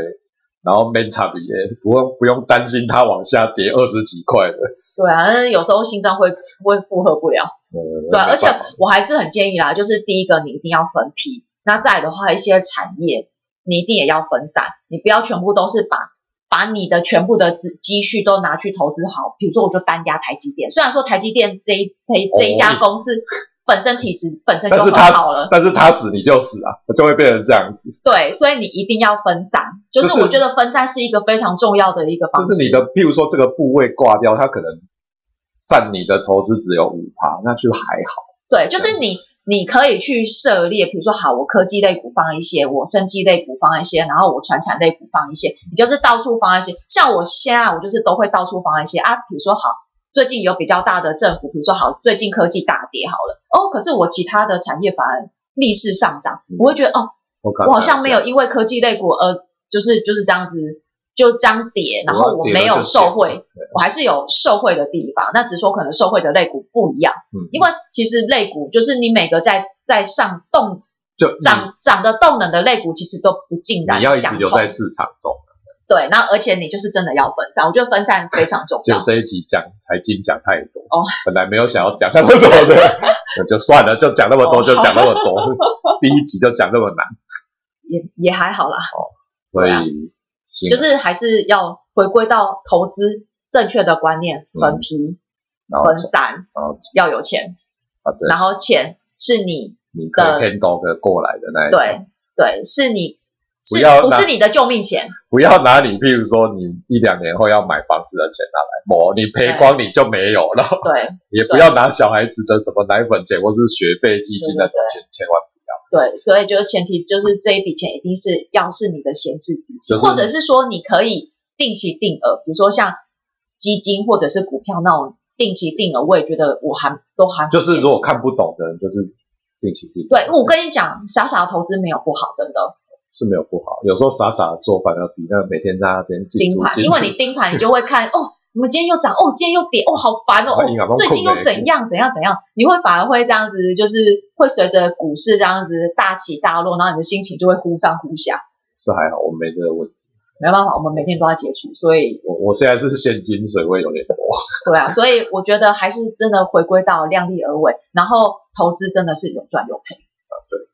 Speaker 1: 然后免插你的，不用不用担心它往下跌二十几块的。
Speaker 2: 那对啊，但是有时候心脏会会负荷不了。对啊，而且我还是很建议啦，就是第一个你一定要分批，那再来的话，一些产业你一定也要分散，你不要全部都是把把你的全部的积积蓄都拿去投资好。比如说，我就单压台积电，虽然说台积电这一这一这一家公司本身体质本身就
Speaker 1: 哦但是
Speaker 2: 很
Speaker 1: 它
Speaker 2: 好了，
Speaker 1: 但是它死你就死啊，就会变成这样子。
Speaker 2: 对，所以你一定要分散，就是
Speaker 1: 就是
Speaker 2: 我觉得分散是一个非常重要的一个方
Speaker 1: 就
Speaker 2: 式。
Speaker 1: 是你的，譬如说这个部位挂掉，它可能占你的投资只有五趴，那就还好。
Speaker 2: 对，就是你你可以去涉猎，比如说好，我科技类股放一些，我生技类股放一些，然后我传产类股放一些，你就是到处放一些。像我现在我就是都会到处放一些啊，比如说好，最近有比较大的政府，比如说好，最近科技大跌好了，哦，可是我其他的产业反而逆势上涨
Speaker 1: 嗯，
Speaker 2: 我会觉得哦，
Speaker 1: 我感
Speaker 2: 我好像没有
Speaker 1: 觉，
Speaker 2: 因为科技类股而就是就是这样子就这样跌，然
Speaker 1: 我
Speaker 2: 后
Speaker 1: 要
Speaker 2: 我
Speaker 1: 跌
Speaker 2: 没
Speaker 1: 了
Speaker 2: 有
Speaker 1: 就
Speaker 2: 受
Speaker 1: 减
Speaker 2: 惠，我还是有受惠的地方，那只是说可能受惠的类股不一样，
Speaker 1: 嗯
Speaker 2: 因为其实类股就是你每个在在上动
Speaker 1: 就你
Speaker 2: 涨涨的动能的类股，其实都不尽
Speaker 1: 嗯
Speaker 2: 然
Speaker 1: 你要一
Speaker 2: 相
Speaker 1: 直留
Speaker 2: 同
Speaker 1: 在市场中。
Speaker 2: 对，那而且你就是真的要分散，我觉得分散非常重
Speaker 1: 就
Speaker 2: 要。
Speaker 1: 这一集讲财经讲太多
Speaker 2: 哦，
Speaker 1: 本来没有想要讲那么多的， 那就算了，就讲那么多，
Speaker 2: 哦
Speaker 1: 就讲那么 多，第一集就讲那么难，
Speaker 2: 也也还好啦，
Speaker 1: 所
Speaker 2: 对啊
Speaker 1: 以行啊
Speaker 2: 就是还是要回归到投资正确的观念，
Speaker 1: 嗯
Speaker 2: 分批、
Speaker 1: 然后
Speaker 2: 分散，
Speaker 1: 然后
Speaker 2: 要有钱，
Speaker 1: 啊对，
Speaker 2: 然后钱是你
Speaker 1: 你可以
Speaker 2: 的
Speaker 1: handle 个过来的那一种，
Speaker 2: 对对，是你
Speaker 1: 不
Speaker 2: 是
Speaker 1: 要
Speaker 2: 不
Speaker 1: 拿
Speaker 2: 是你的救命钱？
Speaker 1: 不要拿你，譬如说你一两年后要买房子的钱拿来摸，你赔光你就没有了，
Speaker 2: 对
Speaker 1: 也不要拿小孩子的什么奶粉钱或是学费基金那种钱，千万
Speaker 2: 对，所以就是前提就是这一笔钱一定是要是你的闲置资
Speaker 1: 就是
Speaker 2: 金，或者是说你可以定期定额，比如说像基金或者是股票那种定期定额，我也觉得我还都还
Speaker 1: 就是如果看不懂的人，就是定期定额
Speaker 2: 对，我跟你讲，傻傻的投资没有不好，真的
Speaker 1: 是没有不好，有时候傻傻的做反而比那个每天在那边进
Speaker 2: 盯
Speaker 1: 出
Speaker 2: 盘，
Speaker 1: 进
Speaker 2: 因
Speaker 1: 出
Speaker 2: 为你盯盘，你就会看哦，怎么今天又涨，哦，今天又跌，哦，好烦哦，
Speaker 1: 啊
Speaker 2: 哦
Speaker 1: 银行都
Speaker 2: 最近
Speaker 1: 困
Speaker 2: 又
Speaker 1: 了
Speaker 2: 怎样怎样怎样，你会反而会这样子，就是会随着股市这样子大起大落，然后你的心情就会忽上忽下。
Speaker 1: 是还好，我没这个问题。
Speaker 2: 没办法，我们每天都要接触，所以
Speaker 1: 我我现在是现金水位有点多，
Speaker 2: 对啊，所以我觉得还是真的回归到量力而为，然后投资真的是有赚有赔，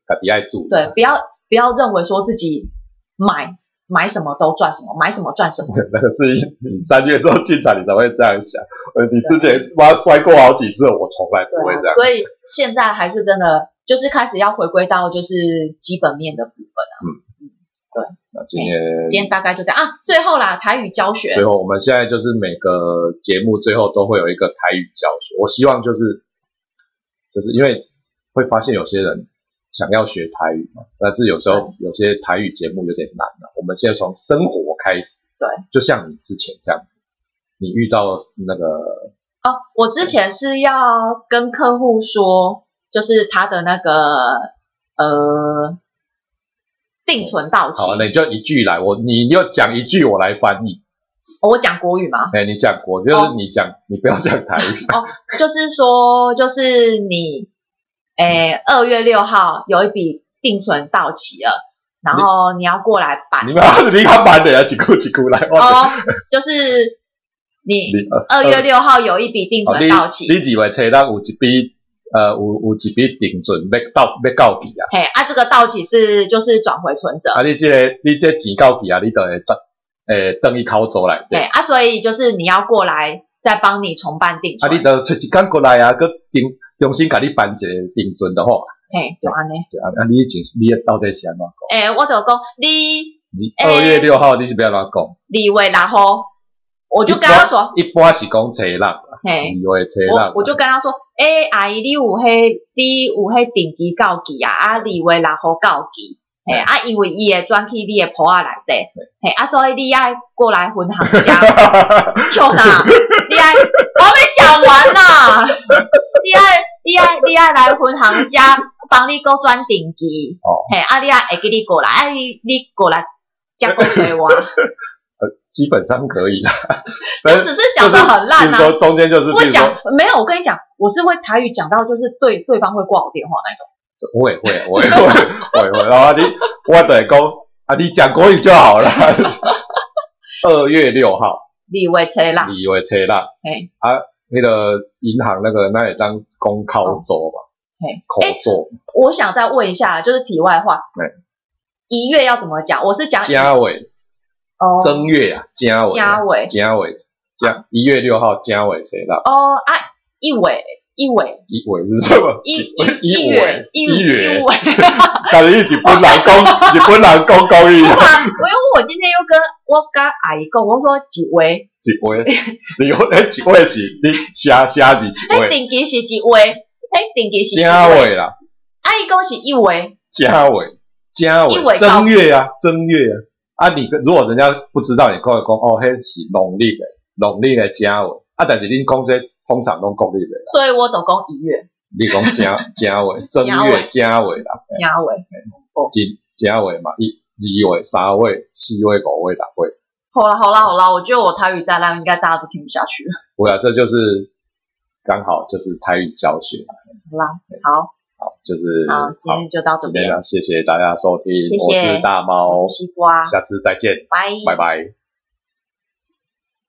Speaker 1: 他底爱住。
Speaker 2: 对，，不要不要认为说自己买买什么都赚什么，买什么赚什么，
Speaker 1: 那个是你三月之后进场，你才会这样想。呃，你之前妈摔过好几次，我从来不会
Speaker 2: 对、啊
Speaker 1: 这样，。
Speaker 2: 所以现在还是真的就是开始要回归到就是基本面的部分啊。
Speaker 1: 那今天
Speaker 2: 今天大概就这样啊，最后啦，台语教
Speaker 1: 最
Speaker 2: 学，
Speaker 1: 后，我们现在就是每个节目最后都会有一个台语教学。我希望就是就是因为会发现有些人想要学台语嘛，但是有时候有些台语节目有点难了、我们现在从生活开始，
Speaker 2: 对，
Speaker 1: 就像你之前这样子，你遇到那个
Speaker 2: 哦，我之前是要跟客户说，就是他的那个呃定存到期，
Speaker 1: 好，那你就一句来，我你就讲一句，我来翻译。
Speaker 2: 哦我讲国语吗？
Speaker 1: 哎，你讲国，就是你讲，你不要讲台语。
Speaker 2: 哦，就是说，就是你，诶，二月六号有一笔定存到期了，然后你要过来办
Speaker 1: 你们要你看慢点啊，几哭几哭来。我
Speaker 2: 哦，就是你
Speaker 1: 你呃
Speaker 2: 二月六号有一笔定
Speaker 1: 哦
Speaker 2: 存到期
Speaker 1: 你，你以为车咱有一笔呃有有一笔定存要到要到期啊？
Speaker 2: 嘿，啊，这个到期是就是转回存折，
Speaker 1: 啊，你这个你这钱到期啊，你就会等诶等伊口走来
Speaker 2: 嘿，
Speaker 1: 对。
Speaker 2: 啊，所以就是你要过来再帮你重办定
Speaker 1: 啊，
Speaker 2: 存，
Speaker 1: 你就出一天过来啊，佮定重新甲你办一个定存就好。啊
Speaker 2: 嘿，就安尼，
Speaker 1: 对啊，啊，你就是你到底是安怎么讲？
Speaker 2: 诶，我就讲你
Speaker 1: 你
Speaker 2: 诶
Speaker 1: 二月六号你是要安怎么讲？
Speaker 2: 二月六号，我就跟他说，
Speaker 1: 一般是讲车人啊，
Speaker 2: 嘿
Speaker 1: 你。以为车人啊
Speaker 2: 我？我就跟他说，诶、阿姨，你有迄你有迄定期到期啊，啊，二月六号到期，嘿、
Speaker 1: 嗯
Speaker 2: 啊，因为伊会转去你的簿仔内底，嘿、啊，所以你爱过来分行家，笑啥？你爱我还没讲 完啦，你爱你爱你爱来分行家帮你搁转定期，
Speaker 1: 哦
Speaker 2: 嘿、啊，你爱会记你过来，啊，你你过来。加个给我，
Speaker 1: 基本上可以啦。但
Speaker 2: 就是只是讲的很
Speaker 1: 比
Speaker 2: 烂
Speaker 1: 如
Speaker 2: 啊！
Speaker 1: 说中间就是，比
Speaker 2: 会
Speaker 1: 如
Speaker 2: 讲
Speaker 1: 说
Speaker 2: 没有，我跟你讲，我是会台语讲到就是对对方会挂我电话那种。
Speaker 1: 我也会，我也会，我也会。然后你，我得讲啊，你讲国语就好了。二月六号，
Speaker 2: 李维车啦，
Speaker 1: 你以为车啦？
Speaker 2: 嘿，
Speaker 1: 那个银行那个那也当公靠座嘛，
Speaker 2: 嘿，
Speaker 1: 口
Speaker 2: 哎，
Speaker 1: 座
Speaker 2: 我想再问一下，就是题外话
Speaker 1: 对，
Speaker 2: 一月要怎么讲？我是讲
Speaker 1: 嘉伟，
Speaker 2: 哎哦
Speaker 1: 正月啊，嘉伟啊，
Speaker 2: 嘉伟
Speaker 1: 嘉伟，嘉一月六号嘉伟车啦，
Speaker 2: 哦啊一尾一尾
Speaker 1: 一尾是什么？
Speaker 2: 一
Speaker 1: 一
Speaker 2: 月
Speaker 1: 尾
Speaker 2: 一
Speaker 1: 一
Speaker 2: 一
Speaker 1: 月，
Speaker 2: 尾，
Speaker 1: 但是日本人讲，日本人讲国语
Speaker 2: 我
Speaker 1: 啊，
Speaker 2: 把我因为我今天又跟我跟阿姨讲，我说几位，
Speaker 1: 一 尾，你讲哎，一尾是你写写字一
Speaker 2: 哎
Speaker 1: 尾，
Speaker 2: 顶级是几位，哎顶级是几
Speaker 1: 嘉
Speaker 2: 位，
Speaker 1: 伟啦。
Speaker 2: 阿姨讲是一尾，
Speaker 1: 嘉伟，嘉
Speaker 2: 一
Speaker 1: 伟，
Speaker 2: 尾
Speaker 1: 正月啊，正月啊，啊你如果人家不知道，你跟我讲哦，迄是农历的，农历的嘉伟，啊但是恁讲这通常拢国历的啦，
Speaker 2: 所以我总共一月，
Speaker 1: 你讲 嘉嘉伟，正月嘉伟啦，
Speaker 2: 嘉伟。
Speaker 1: 金嘉伟嘛，一、二位、三位、四位、五位、六位。
Speaker 2: 好了好了好了，我觉得我台语再烂，应该大家都听不下去了。
Speaker 1: 不啊，这就是刚好就是台语教学啦，
Speaker 2: 好啦，好，
Speaker 1: 好，啊就是
Speaker 2: 好，今天就到这
Speaker 1: 今天
Speaker 2: 边，
Speaker 1: 呢，谢谢大家收听，
Speaker 2: 谢谢
Speaker 1: 我是大猫
Speaker 2: 我，是西瓜，
Speaker 1: 下次再见，拜
Speaker 2: 拜
Speaker 1: 拜。